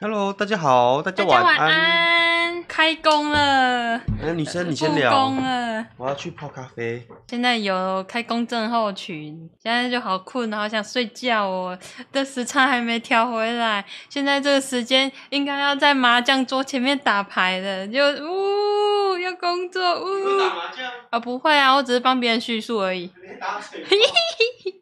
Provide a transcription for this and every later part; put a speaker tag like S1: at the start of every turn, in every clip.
S1: Hello，大家好，大家
S2: 大家晚
S1: 安。
S2: 安，开工了，
S1: 哎，女生，你
S2: 复
S1: 先聊
S2: 工。了。
S1: 我要去泡咖啡。
S2: 现在有开工症候群，现在就好困，好想睡觉哦。这时差还没调回来，现在这个时间应该要在麻将桌前面打牌的，就呜要工作呜
S1: 麻将，
S2: 啊不会啊，我只是帮别人叙述而已。
S1: 没打水。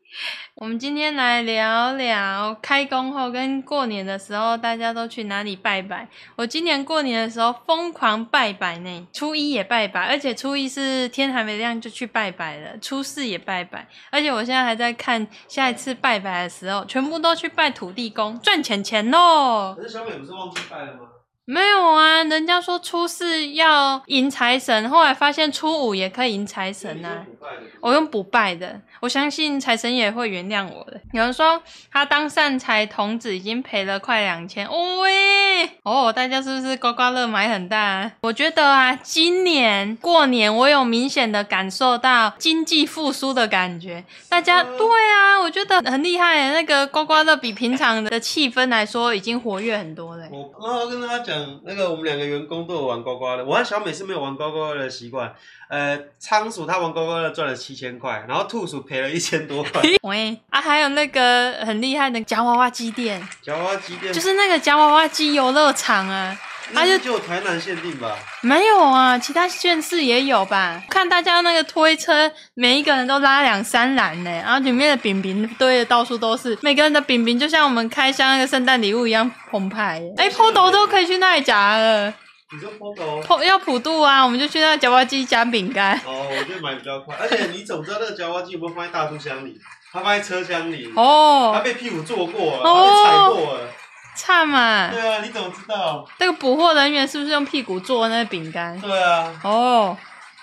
S2: 我们今天来聊聊开工后跟过年的时候，大家都去哪里拜拜？我今年过年的时候疯狂拜拜呢，初一也拜拜，而且初一是天还没亮就去拜拜了，初四也拜拜，而且我现在还在看下一次拜拜的时候，全部都去拜土地公赚钱钱喽。
S1: 可是小美不是忘记带了吗？
S2: 没有啊，人家说初四要迎财神，后来发现初五也可以迎财神啊。我用不拜的，我相信财神爷会原谅我的。有人说他当善财童子已经赔了快两千，哦喂，哦，大家是不是刮刮乐买很大、啊？我觉得啊，今年过年我有明显的感受到经济复苏的感觉，大家
S1: 嗯
S2: 对啊，我觉得很厉害耶，那个刮刮乐比平常的气氛来说已经活跃很多了耶。欸
S1: 我刚刚跟大家讲，那个我们两个员工都有玩刮刮乐，我和小美是没有玩刮刮乐的习惯。呃，仓鼠他玩刮刮乐赚了七千块，然后兔鼠赔了一千多 块。
S2: 喂啊，还有那个很厉害的夹娃娃机店，
S1: 夹娃娃机店
S2: 就是那个夹娃娃机游乐场啊。
S1: 那是就台南限定吧？
S2: 没有啊，其他县市也有吧？看大家那个推车，每一个人都拉两三篮呢，然后里面的饼饼堆的到处都是，每个人的饼饼就像我们开箱那个圣诞礼物一样澎湃耶。哎，坡头都可以去那里夹了，
S1: 你说 Pogo？
S2: 坡要普渡啊，我们就去那夹娃娃机夹饼干。
S1: 哦，我觉得买比较快，而且你总知道那个夹娃娃机有没有放在大书箱里？它放在车厢里。他
S2: 哦，
S1: 被屁股坐过了，
S2: 哦
S1: 他被踩过了。
S2: 差嘛，
S1: 对啊，你怎么知道？
S2: 那个捕获人员是不是用屁股坐那个饼干？
S1: 对啊，
S2: 哦，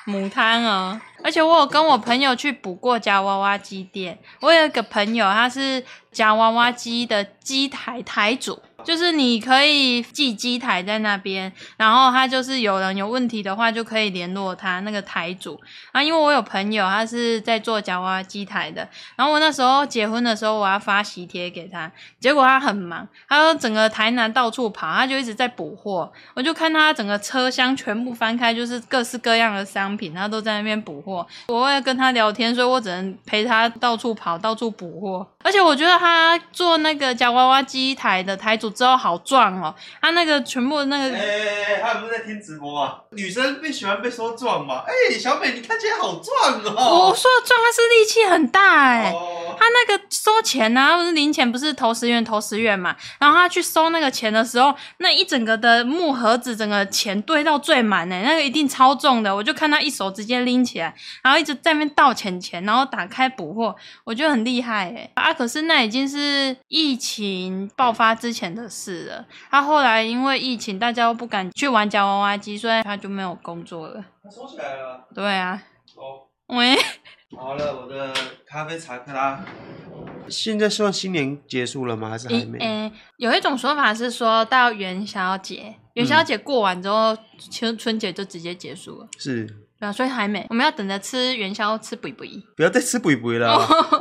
S2: 母汤哦。而且我有跟我朋友去补过夹娃娃机店，我有一个朋友他是夹娃娃机的机台台主，就是你可以寄机台在那边，然后他就是有人有问题的话就可以联络他那个台主啊。因为我有朋友他是在做夹娃娃机台的，然后我那时候结婚的时候我要发喜帖给他，结果他很忙，他说整个台南到处跑，他就一直在补货，我就看他整个车厢全部翻开，就是各式各样的商品，他都在那边补货。我为了跟他聊天，所以我只能陪他到处跑，到处补货。而且我觉得他做那个夹娃娃机台的台主之后好壮哦，他那个全部那
S1: 哎、
S2: 个
S1: 哎哎他不是在听直播啊？女生被喜欢被说壮嘛？哎、小美，你看起来好壮
S2: 我我
S1: 哦。
S2: 说的壮，他是力气很大哎、
S1: 哦，
S2: 他那个收钱呐、啊，不是零钱，不是投十元投十元嘛？然后他去收那个钱的时候，那一整个的木盒子，整个钱堆到最满呢、那个一定超重的。我就看他一手直接拎起来，然后一直在那边倒钱钱，然后打开补货，我觉得很厉害哎、啊，可是那已经是疫情爆发之前的事了。他、后来因为疫情，大家都不敢去玩夹娃娃机，所以他就没有工作了。
S1: 他收起来了。
S2: 对啊，
S1: 哦，
S2: 喂，
S1: 好了，我的咖啡查克拉。现在算新年结束了吗？还是还没？
S2: 诶、有一种说法是说到元宵节，元
S1: 嗯
S2: 宵节过完之后，春春节就直接结束了，
S1: 是，
S2: 对啊，所以还没，我们要等着吃元宵吃补补。
S1: 不要再吃鬼鬼了。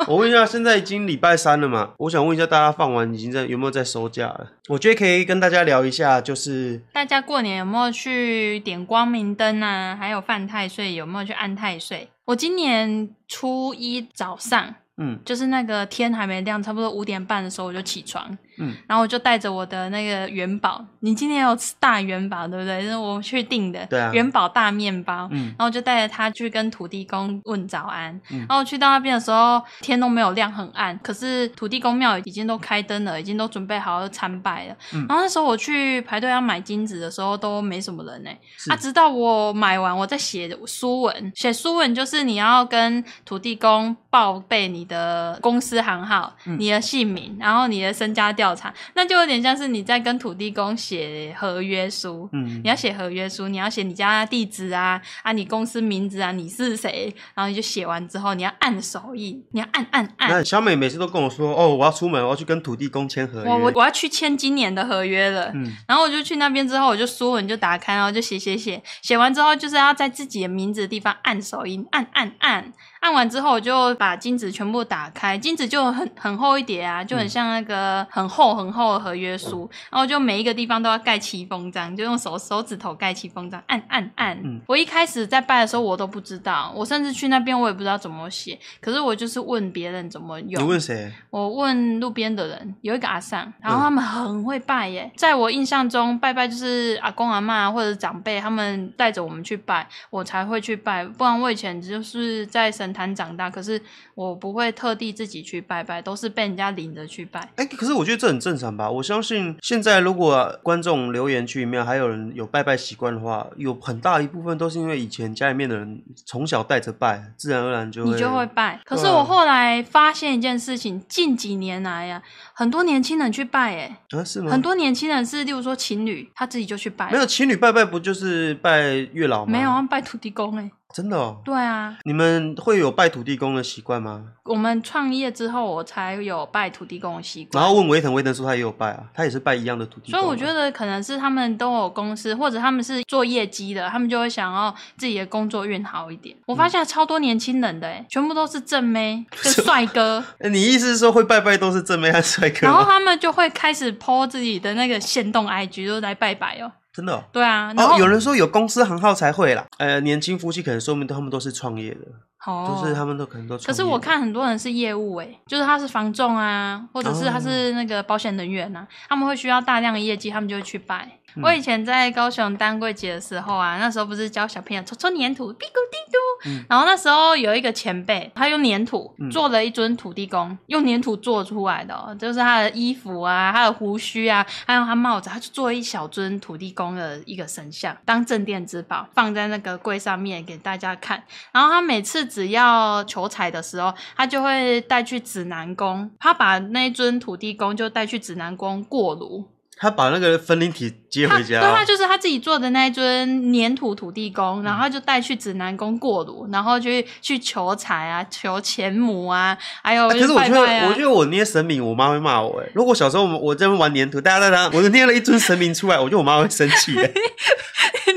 S1: 我问一下，现在已经礼拜三了嘛？我想问一下，大家放完已经在有没有在收假了？我觉得可以跟大家聊一下，就是
S2: 大家过年有没有去点光明灯啊？还有犯太岁有没有去安太岁？我今年初一早上，
S1: 嗯
S2: 就是那个天还没亮，差不多五点半的时候我就起床，
S1: 嗯，
S2: 然后我就带着我的那个元宝，你今年有吃大元宝对不对？就是我去订的，
S1: 对啊
S2: 元宝大面包，
S1: 嗯
S2: 然后我就带着他去跟土地公问早安。
S1: 嗯
S2: 然后我去到那边的时候，天都没有亮，很暗。可是土地公庙已经都开灯了，已经都准备好要参拜了。
S1: 嗯
S2: 然后那时候我去排队要买金子的时候，都没什么人呢、
S1: 是
S2: 啊，直到我买完，我在写书文，写书文就是你要跟土地公报备你的公司行号、
S1: 嗯
S2: 你的姓名，然后你的身家调查，那就有点像是你在跟土地公写合约书。
S1: 嗯
S2: 你要写合约书，你要写你家地址啊，啊，你公司名字啊，你是谁，然后你就写完之后，你要按手印，你要按按按。
S1: 那小美每次都跟我说，哦，我要出门，我要去跟土地公签合约。
S2: 我我我要去签今年的合约了，
S1: 嗯
S2: 然后我就去那边之后，我就书文就打开，然后就写写写，写完之后就是要在自己的名字的地方按手印，按按按，按
S1: 嗯
S2: 完之后我就把金子全部打开，金子就很很厚一叠啊，就很像那个很厚很厚的合约书，然后就每一个地方都要盖七封章，就用手手指头盖七封章，按按按。
S1: 嗯
S2: 我一开始在拜的时候我都不知道，我甚至去那边我也不知道怎么写，可是我就是问别人怎么
S1: 你
S2: 用。
S1: 问谁？
S2: 我问路边的人，有一个阿上，然
S1: 嗯
S2: 后他们很会拜耶。在我印象中，拜拜就是阿公阿妈或者长辈他们带着我们去拜，我才会去拜。不然我以前就是在神坛长大，可是我不会特地自己去拜拜，都是被人家领着去拜。
S1: 哎、可是我觉得这很正常吧。我相信现在如果观众留言区里面还有人有拜拜习惯的话，有很大一部分都是因为以前家里面的人从小带着拜，自然而然就会
S2: 你就会拜，可是
S1: 对啊
S2: 我后来发现一件事情，近几年来呀、很多年轻人去拜，哎，
S1: 啊是吗？
S2: 很多年轻人是，例如说情侣，他自己就去拜，
S1: 没有啊情侣拜拜不就是拜月老吗？
S2: 没有，啊他，们拜土地公，哎，
S1: 真的哦。
S2: 对啊，
S1: 你们会有拜土地公的习惯吗？
S2: 我们创业之后，我才有拜土地公的习
S1: 然
S2: 惯。
S1: 后问维腾，维腾说他也有拜啊，他也是拜一样的土地公
S2: 所
S1: 啊。
S2: 以我觉得可能是他们都有公司，或者他们是做业绩的，他们就会想要自己的工作运好一点。
S1: 嗯
S2: 我发现超多年轻人的、欸，全部都是 正妹跟帅哥，
S1: 哎，你意思是说会拜拜都是正妹和帅哥
S2: 然后
S1: 吗？
S2: 他们就会开始 po 自己的那个限动 IG，就来拜拜哦。
S1: 真的哦。
S2: 对啊，然后、
S1: 哦，有人说有公司行号才会啦。呃，年轻夫妻可能说明他们都是创业的，
S2: 哦
S1: 就是他们都可能都创业。
S2: 可是我，看很多人是业务诶、就是他是房仲啊，或者是
S1: 哦
S2: 他是那个保险人员啊，他们会需要大量的业绩，他们就会去拜。
S1: 嗯
S2: 我以前在高雄当柜姐的时候啊，那时候不是教小朋友搓搓粘土，嘀咕嘀咕，
S1: 嗯
S2: 然后那时候有一个前辈，他用粘土
S1: 嗯
S2: 做了一尊土地公，用粘土做出来的、哦，就是他的衣服啊，他的胡须啊，还有他帽子，他就做一小尊土地公的一个神像，当镇店之宝，放在那个柜上面给大家看。然后他每次只要求财的时候，他就会带去指南宫，他把那一尊土地公就带去指南宫过炉。
S1: 他把那个分灵体接
S2: 他
S1: 回
S2: 对
S1: 家。
S2: 他就是他自己做的那一尊粘土土地公，然后他就带去指南宫过炉，然后去去求财啊，求钱母啊，还有
S1: 哎可
S2: 就是
S1: 我
S2: 拜
S1: 觉得，
S2: 拜啊。
S1: 我觉得我捏神明，我妈会骂我。哎，如果小时候我们我在那边玩粘土，大家在那，我捏了一尊神明出来，我觉得我妈会生气欸 的。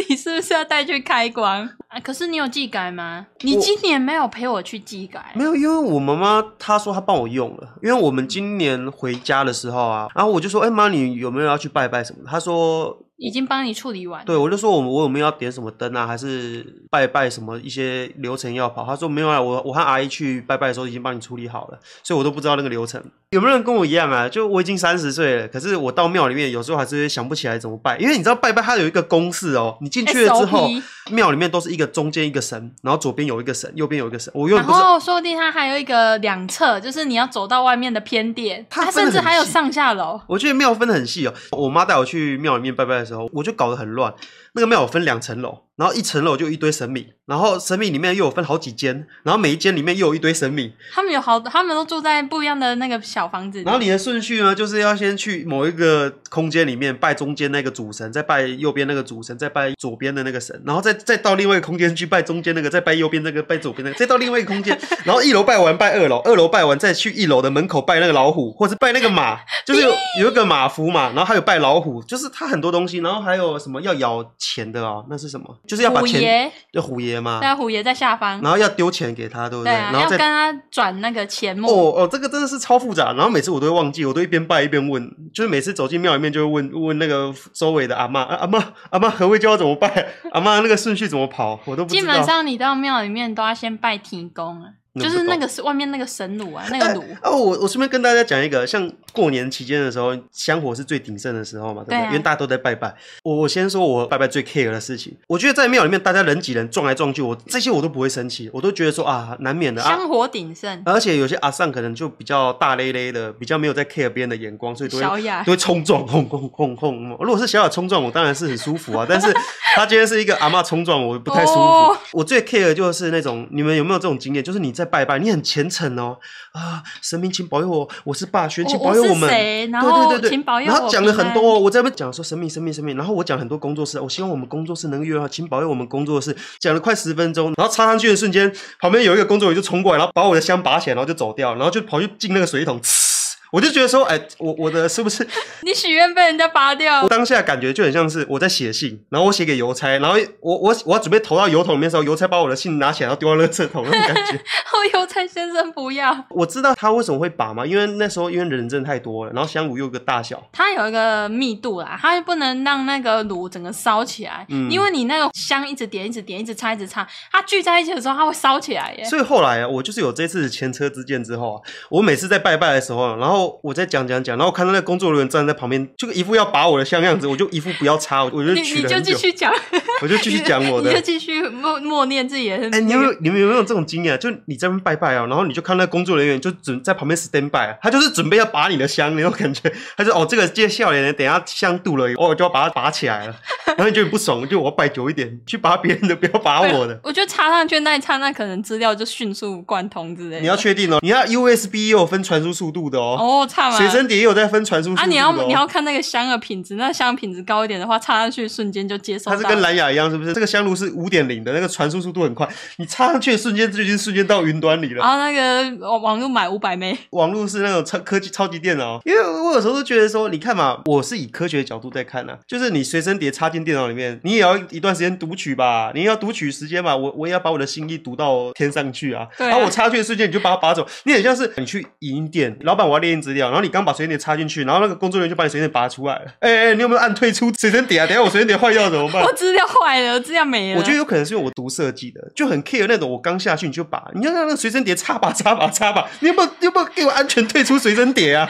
S2: 你是不是要带去开光啊？可是你有技改吗？你
S1: 我
S2: 今年没有陪我去技改，
S1: 没有，因为我妈妈她说她帮我用了，因为我们今年回家的时候啊，然后我就说，哎、妈，你有没有要去拜拜什么的？她说，
S2: 已经帮你处理完。
S1: 对我就说我们我有没有要点什么灯啊，还是拜拜什么一些流程要跑？她说没有啊，我我和阿姨去拜拜的时候已经帮你处理好了，所以我都不知道那个流程。有没有人跟我一样啊？就我已经三十岁了，可是我到庙里面有时候还是想不起来怎么拜，因为你知道拜拜它有一个公式哦，你进去了之后
S2: SOP，
S1: 庙里面都是一个中间一个神，然后左边有一个神，右边有一个神，我又
S2: 然
S1: 不是。
S2: 后说不定它还有一个两侧，就是你要走到外面的偏点，
S1: 它
S2: 它
S1: 分
S2: 甚
S1: 得
S2: 至
S1: 很
S2: 还有
S1: 细
S2: 上下楼。
S1: 我觉得庙分得很细哦。我妈带我去庙里面拜拜的时候，我就搞得很乱。那个庙有分两层楼，然后一层楼就一堆神明，然后神明里面又有分好几间，然后每一间里面又有一堆神明。
S2: 他们有好，他们都住在不一样的那个小房子里。
S1: 然后你的顺序呢，就是要先去某一个空间里面拜中间那个主神，再拜右边那个主神，再拜左边的那个神，然后再再到另外一个空间去拜中间那个，再拜右边那个，拜左边那个，再到另外一个空间， 然后一楼拜完拜二楼，二楼拜完再去一楼的门口拜那个老虎，或是拜那个马， 就是有有一个马服嘛，然后还有拜老虎，就是它很多东西，然后还有什么要咬钱的哦，那是什么？就是要把
S2: 虎
S1: 钱
S2: 爷，
S1: 就虎爷嘛，
S2: 对啊，虎爷在下方。
S1: 然后要丢钱给他，对不
S2: 对啊，
S1: 然
S2: 要
S1: 后再
S2: 跟他转那个钱目。
S1: 哦哦，这个真的是超复杂，然后每次我都会忘记，我都一边拜一边问，就是每次走进庙里面就会问问那个周围的阿妈、啊，阿妈阿妈何谓教要怎么拜，阿妈那个顺序怎么跑，我都不
S2: 基
S1: 知道。
S2: 本上你到庙里面都要先拜提公啊，
S1: 那
S2: 就
S1: 不
S2: 是那
S1: 懂
S2: 个外面那个神炉啊，那个炉。
S1: 哦，我我顺便跟大家讲一个，像过年期间的时候，香火是最鼎盛的时候嘛，对不对？
S2: 对啊
S1: 因为大家都在拜拜。我我先说我拜拜最 care 的事情，我觉得在庙里面大家人挤人撞来撞去，我这些我都不会生气，我都觉得说啊难免的啊。
S2: 香火鼎盛，
S1: 而且有些阿上可能就比较大咧咧的，比较没有在 care 别人的眼光，所以都会
S2: 小雅
S1: 都会冲撞，轰轰轰轰。如果是小小冲撞，我当然是很舒服啊。但是他今天是一个阿嬷冲撞，我不太舒服。
S2: 哦
S1: 我最 care 的就是那种，你们有没有这种经验？就是你在拜拜，你很虔诚哦，啊，神明请保佑我，我是霸轩，请
S2: 我
S1: 保佑
S2: 是
S1: 们。
S2: 谁？然
S1: 对
S2: 后
S1: 对对对，
S2: 请保佑
S1: 然后
S2: 我
S1: 讲了
S2: 平
S1: 很
S2: 安
S1: 多、哦，我在那边讲说神明神明神明，然后我讲很多工作室，我希望我们工作室能够越好，请保佑我们工作室，讲了快十分钟，然后插上去的瞬间，旁边有一个工作人员就冲过来，然后把我的香拔起来，然后就走掉，然后就跑去进那个水桶，呲我就觉得说，哎、我我的是不是
S2: 你许愿被人家拔掉
S1: 我，当下感觉就很像是我在写信，然后我写给邮差，然后我我我要准备投到邮筒里面的时候，邮差把我的信拿起来，然后丢到垃圾桶那种感觉。
S2: 后邮差先生不要。
S1: 我知道他为什么会拔嘛，因为那时候因为人真的太多了，然后香炉又有个大小，
S2: 它有一个密度啦，它不能让那个炉整个烧起来，
S1: 嗯
S2: 因为你那个香一直点、一直点、一直插、一直插，它聚在一起的时候，它会烧起来耶。
S1: 所以后来啊，我就是有这次前车之鉴之后啊，我每次在拜拜的时候啊，然后我在讲讲讲，然后看到那个工作人员站在旁边，就一副要拔我的像样子，我就一副不要插，我我就
S2: 你
S1: 取
S2: 你
S1: 了
S2: 就
S1: 很
S2: 继
S1: 久，
S2: 续讲，
S1: 我就继续讲我的
S2: 你就。继续默默念自己的那个。
S1: 哎、你有没有你们有没有这种经验啊？就你在那边拜拜啊，然后你就看那工作人员就准在旁边 stand by，、啊、他就是准备要拔你的香那种感觉。他说：“哦，这个接笑脸的，等一下香度了，哦，我就要把它拔起来了。”然后你就很不爽，就我要拜久一点，去拔别人的，不要拔我的。
S2: 我觉得插上去那一刹那，可能资料就迅速贯通之类的。
S1: 你要确定哦，你要 USB 也有分传输速度的哦，
S2: 哦，插完
S1: 随身碟也有在分传输速度的、哦
S2: 啊，你要你要看那个香的品质，那香品质高一点的话，插上去瞬间就接收
S1: 它
S2: 到。
S1: 是跟蓝牙一样，是不是？这个香炉是五点零的，那个传输速度很快，你插上去的瞬间就已经瞬间到云端里了。
S2: 然啊后那个哦网网络买五百枚，
S1: 网络是那种超科技超级电脑，因为我有时候都觉得说，你看嘛，我是以科学角度在看啊，就是你随身碟插进电脑里面，你也要一段时间读取吧，你也要读取时间吧，我我也要把我的心意读到天上去啊。
S2: 对啊
S1: 然后我插去的瞬间，你就把它拔走，你很像是你去影音店，老板我要列印资料，然后你刚把随身碟插进去，然后那个工作人员就把你随身碟拔出来了。哎、哎、你有没有按退出随身碟啊？等一下我随身碟坏掉怎么办？
S2: 我资料坏了，我资料没
S1: 哦
S2: 了。
S1: 我觉得有可能是因为我读设计的，就很 care 那种我刚下去你就把，你要让那个随身碟插吧插吧插吧，你有没有你有没有给我安全退出随身碟啊？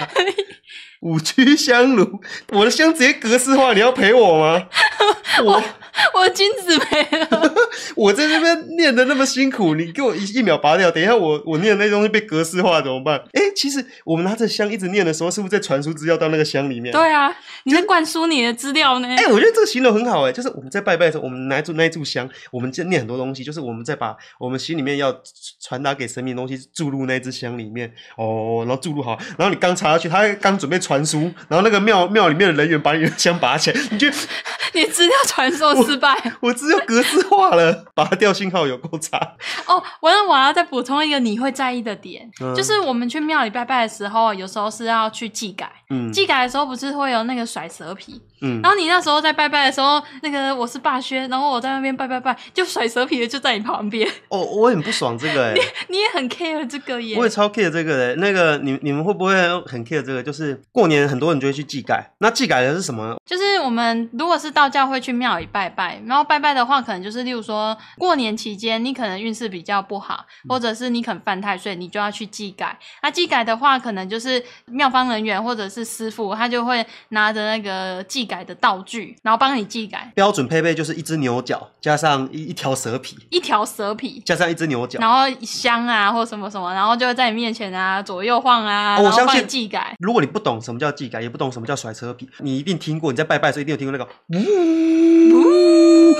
S1: 五区香炉，我的香直接格式化，你要陪我吗？我
S2: 我金子没了，
S1: 我在这边念的那么辛苦，你给我一一秒拔掉，等一下我我念的那东西被格式化怎么办？哎、其实我们拿着香一直念的时候，是不是在传输资料到那个香里面？
S2: 对啊，你在灌输你的资料呢。
S1: 哎、我觉得这个形容很好哎、就是我们在拜拜的时候，我们拿住那一炷香，我们就念很多东西，就是我们在把我们心里面要传达给神明的东西注入那一支香里面哦，然后注入好，然后你刚插下去，他刚准备传输，然后那个庙庙里面的人员把你的香拔起来，你就
S2: 你资料传送失败
S1: 我只有格式化了，拔掉信号有够差，
S2: 哦。我要我要再补充一个你会在意的点，
S1: 嗯
S2: 就是我们去庙里拜拜的时候，有时候是要去祭改，
S1: 嗯
S2: 祭改的时候不是会有那个甩蛇皮，
S1: 嗯
S2: 然后你那时候在拜拜的时候，那个我是霸轩，然后我在那边拜拜拜，就甩蛇皮的就在你旁边，
S1: 哦，我很不爽这个哎、
S2: 你 也很 care 这个耶
S1: 我。也超 care 这个的。那个你你们会不会很 care 这个？就是过年很多人就会去祭改，那祭改的是什么？
S2: 就是我们如果是道教会去庙里拜拜，然后拜拜的话，可能就是例如说过年期间你可能运势比较不好，或者是你肯犯太岁，你就要去祭改。那祭改的话，可能就是庙方人员或者是师傅，他就会拿着那个祭改的道具，然后帮你祭改
S1: 标准配备就是一只牛角加上一一条蛇皮，
S2: 一条蛇皮。
S1: 加上一只牛角。
S2: 然后香啊，或什么什么，然后就会在你面前啊，左右晃啊，
S1: 哦我
S2: 然后
S1: 相
S2: 帮你
S1: 信
S2: 祭改。
S1: 如果你不懂什么叫技改，也不懂什么叫甩车皮，你一定听过，你在拜拜的时候一定有听过那个呜呜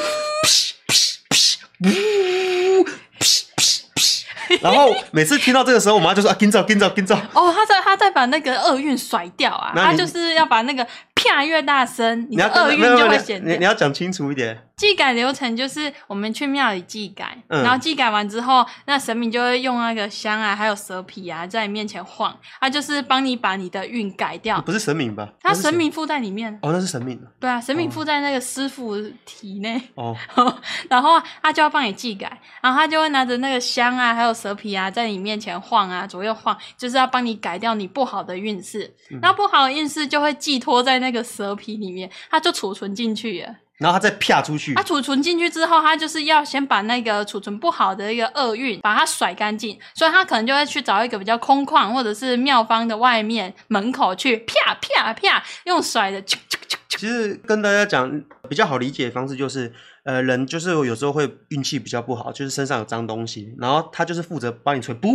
S1: 噗噗噗呜噗噗噗然后每次听到这个时候，我妈就说啊，跟照跟照跟照，
S2: 哦，他在他在把那个厄运甩掉啊，
S1: 那
S2: 他
S1: 你
S2: 就是要把那个啪越大声，
S1: 你
S2: 你
S1: 要
S2: 的厄运
S1: 没有没有
S2: 就
S1: 没
S2: 会
S1: 有
S2: 显
S1: 你你
S2: 现。
S1: 要讲清楚一点，
S2: 祭改流程就是我们去庙里祭改，
S1: 嗯
S2: 然后祭改完之后，那神明就会用那个香啊，还有蛇皮啊，在你面前晃，他就是帮你把你的运改掉。
S1: 不是神明吧？
S2: 他
S1: 那是
S2: 神明附在里面，
S1: 哦，那是神明
S2: 对啊，神明
S1: 哦
S2: 附在那个师傅体内，
S1: 哦，
S2: 然后他就要帮你祭改，然后他就会拿着那个香啊，还有蛇皮啊，在你面前晃啊，左右晃，就是要帮你改掉你不好的运势。
S1: 嗯
S2: 那、不好的运势就会寄托在那个蛇皮里面，它就储存进去了。
S1: 然后他再啪出去
S2: 它、，储存进去之后，它就是要先把那个储存不好的一个厄运把它甩干净，所以它可能就会去找一个比较空旷或者是庙方的外面门口去啪啪啪用甩的，啾啾啾
S1: 其实跟大家讲比较好理解的方式就是，呃，人就是有时候会运气比较不好，就是身上有脏东西，然后他就是负责帮你吹，不，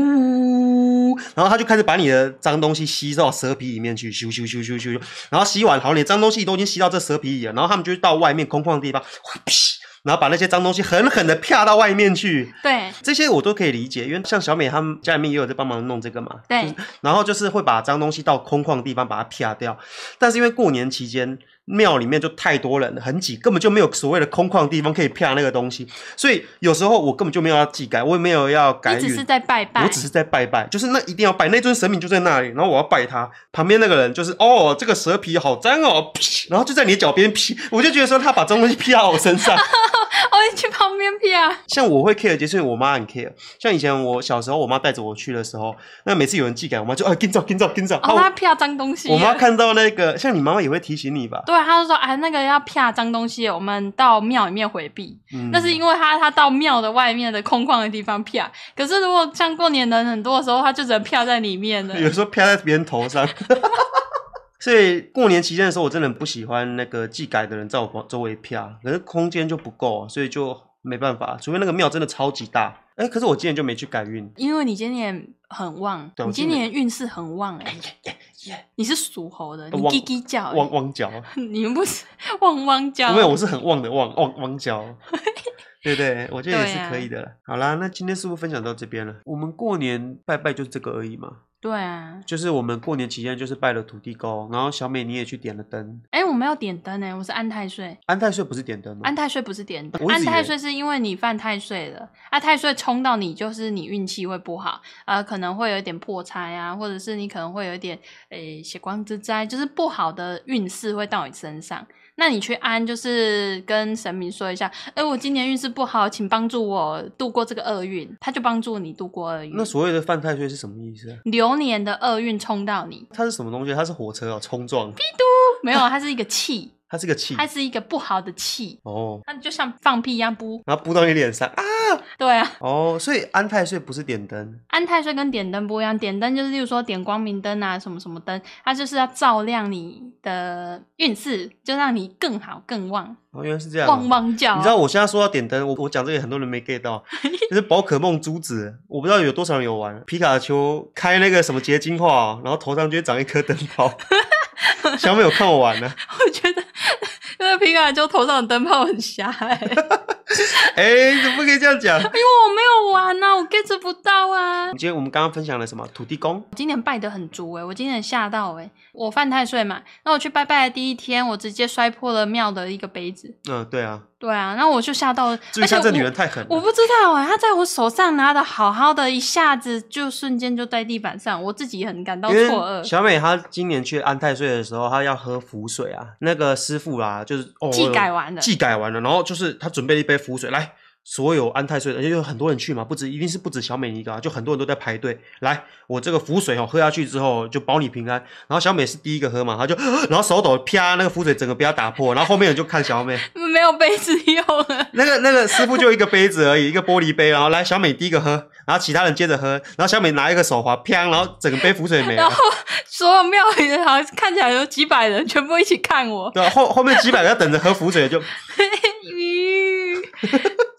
S1: 然后他就开始把你的脏东西吸到蛇皮里面去，咻咻咻咻咻，然后吸完好，你的脏东西都已经吸到这蛇皮里了，然后他们就到外面空旷的地方，然后把那些脏东西狠狠的啪到外面去。
S2: 对
S1: 这些我都可以理解，因为像小美他们家里面也有在帮忙弄这个嘛，
S2: 对，
S1: 然后就是会把脏东西到空旷的地方把它撇掉。但是因为过年期间，庙里面就太多人了，很挤，根本就没有所谓的空旷地方可以啪那个东西。所以有时候我根本就没有要祭改，我也没有要改
S2: 你只
S1: 运
S2: 是。在拜拜，
S1: 我只是在拜拜，就是那一定要拜，那尊神明就在那里，然后我要拜他。旁边那个人就是哦，这个蛇皮好脏哦，劈然后就在你的脚边劈，我就觉得说他把脏东西劈到我身上。
S2: 哦，你去旁边屁啊！
S1: 像我会 care，就是因为我妈很 care。像以前我小时候，我妈带着我去的时候，那每次有人寄给我妈就啊跟照跟照跟照。
S2: 哦，他
S1: 啊
S2: 啪脏东西
S1: 我
S2: 了。
S1: 我妈看到那个，像你妈妈也会提醒你吧？
S2: 对，他就说：“哎，那个要啪脏东西，我们到庙里面回避。
S1: 嗯，
S2: 那是因为他他到庙的外面的空旷的地方啪。可是如果像过年人很多的时候，他就只能啪在里面 了。
S1: 有时候飘在别人头上。 所以过年期间的时候，我真的很不喜欢那个技改的人在我旁周围飘，可是空间就不够，啊所以就没办法，除非那个庙真的超级大。哎、可是我今年就没去改运，
S2: 因为你今年很旺，
S1: 对我
S2: 你今
S1: 今
S2: 年运势很 旺哎、你是属猴的，你
S1: 旺
S2: 叽叽叫、欸
S1: 汪汪 脚，
S2: 你们不是 汪汪叫？
S1: 因为我是很哦旺的旺旺汪 脚，对不对？啊我觉得也是可以的啦。好啦，那今天是不是分享到这边了？我们过年拜拜就这个而已嘛，
S2: 对啊，
S1: 就是我们过年期间就是拜了土地公，然后小美你也去点了灯，
S2: 哎、我没有点灯哎、我是安太岁。
S1: 安太岁不是点灯吗？
S2: 安太岁不是点灯，
S1: 我一直
S2: 安
S1: 以为
S2: 太岁是因为你犯太岁了，啊，太岁冲到你就是你运气会不好，呃，可能会有一点破财啊，或者是你可能会有一点诶、血光之灾，就是不好的运势会到你身上。那你去安就是跟神明说一下，哎、我今年运势不好，请帮助我度过这个厄运，他就帮助你度过厄运
S1: 那。所谓的犯太岁是什么意思啊？
S2: 流年的厄运冲到你，
S1: 它是什么东西？它是火车哦，冲 撞，
S2: 没有，啊它是一个气，
S1: 它是个 气
S2: 它是一个不好的气，
S1: 哦，
S2: 那就像放屁一样不？
S1: 然后扑到你脸上啊！
S2: 对啊。
S1: 哦，所以安太岁不是点灯，
S2: 安太岁跟点灯不一样，点灯就是例如说点光明灯啊，什么什么灯，它就是要照亮你的运势，就让你更好更旺，
S1: 哦，原来是这样啊。
S2: 旺旺叫。
S1: 你知道我现在说到点灯，我我讲这个很多人没 get 到，就是宝可梦珠子，我不知道有多少人有玩。皮卡丘开那个什么结晶化，然后头上就会长一颗灯 泡。小美有看我玩啊呢、
S2: 我觉得因为皮卡丘头上的灯泡很狭 隘，因为
S1: 哎、怎么可以这样讲？
S2: 我没有玩啊，我 get 不到啊。
S1: 今天我们刚刚分享了什么？土地公，
S2: 我今年拜得很足诶、欸我今年吓到诶、我犯太岁嘛，那我去拜拜的第一天，我直接摔破了庙的一个杯子。
S1: 嗯，对啊，
S2: 对啊，那我就吓到了，
S1: 注意
S2: 而且
S1: 看这
S2: 我
S1: 女人太狠
S2: 我
S1: 了。
S2: 不知道啊，他在我手上拿的好好的，一下子就瞬间就在地板上，我自己也很感到
S1: 因
S2: 错
S1: 为
S2: 愕。
S1: 小美她今年去安太岁的时候，她要喝符水啊，那个师傅啊，就是哦，
S2: 技改完了，
S1: 祭改完了，然后就是他准备了一杯符水来。所有安太岁的，而且有很多人去嘛，不止一定是不止小美你一个、啊，就很多人都在排队。来，我这个符水哦，喝下去之后就保你平安。然后小美是第一个喝嘛，她就然后手抖啪，那个符水整个被她打破，然后后面人就看小美，
S2: 没有杯子用了。
S1: 那个那个师傅就一个杯子而已，一个玻璃杯，然后来小美第一个喝，然后其他人接着喝，然后小美拿一个手滑啪，然后整个杯符水没
S2: 然
S1: 了
S2: 后。所有庙里的，好像看起来有几百人，全部一起看 我。
S1: 对啊，后后面几百个等着喝符水就
S2: 咦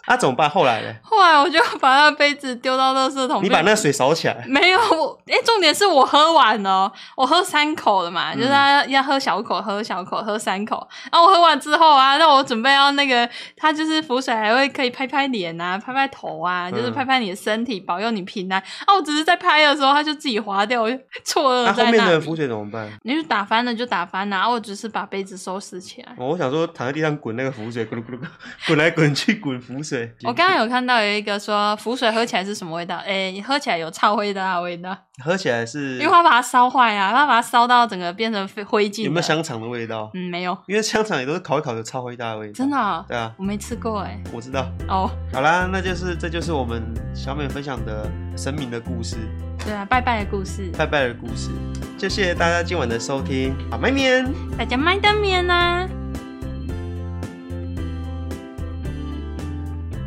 S1: 啊怎么办？后来呢？
S2: 后来我就把那个杯子丢到垃圾桶。
S1: 你把那水扫起来，
S2: 没有我？哎、重点是我喝完了哦，我喝三口了
S1: 嗯
S2: 嘛，就是要要喝小口，喝小口，喝三口。然后我喝完之后啊，那我准备要那个，他就是浮水还会可以拍拍脸啊，拍拍头啊，就是
S1: 嗯
S2: 拍拍你的身体，保佑你平安。啊，我只是在拍的时候，他就自己滑掉，我就错愕
S1: 那、啊后
S2: 在
S1: 面
S2: 那
S1: 的
S2: 里。
S1: 符水怎么办？
S2: 你就打翻了就打翻了、啊，我只是把杯子收拾起来。
S1: 哦我想说躺在地上滚那个浮水，咕噜咕噜咕噜滚来滚去滚浮水。
S2: 我刚刚有看到有一个说浮水喝起来是什么味道？哎、喝起来有臭味道的啊味道，
S1: 喝起来是
S2: 因为他把它烧坏啊，他把它烧到整个变成灰灰烬了。啊
S1: 有没有香肠的味道？
S2: 嗯，没有，
S1: 因为香肠也都是烤一烤有超灰大的味道。
S2: 真的、？啊，
S1: 对啊，
S2: 我没吃过哎、
S1: 我知道。
S2: 哦，
S1: 好啦，那就是这就是我们小美分享的神明的故事，
S2: 对啊，拜拜的故事，
S1: 拜拜的故事。就谢谢大家今晚的收听，好，拜年。
S2: 大家麦当面啦、啊。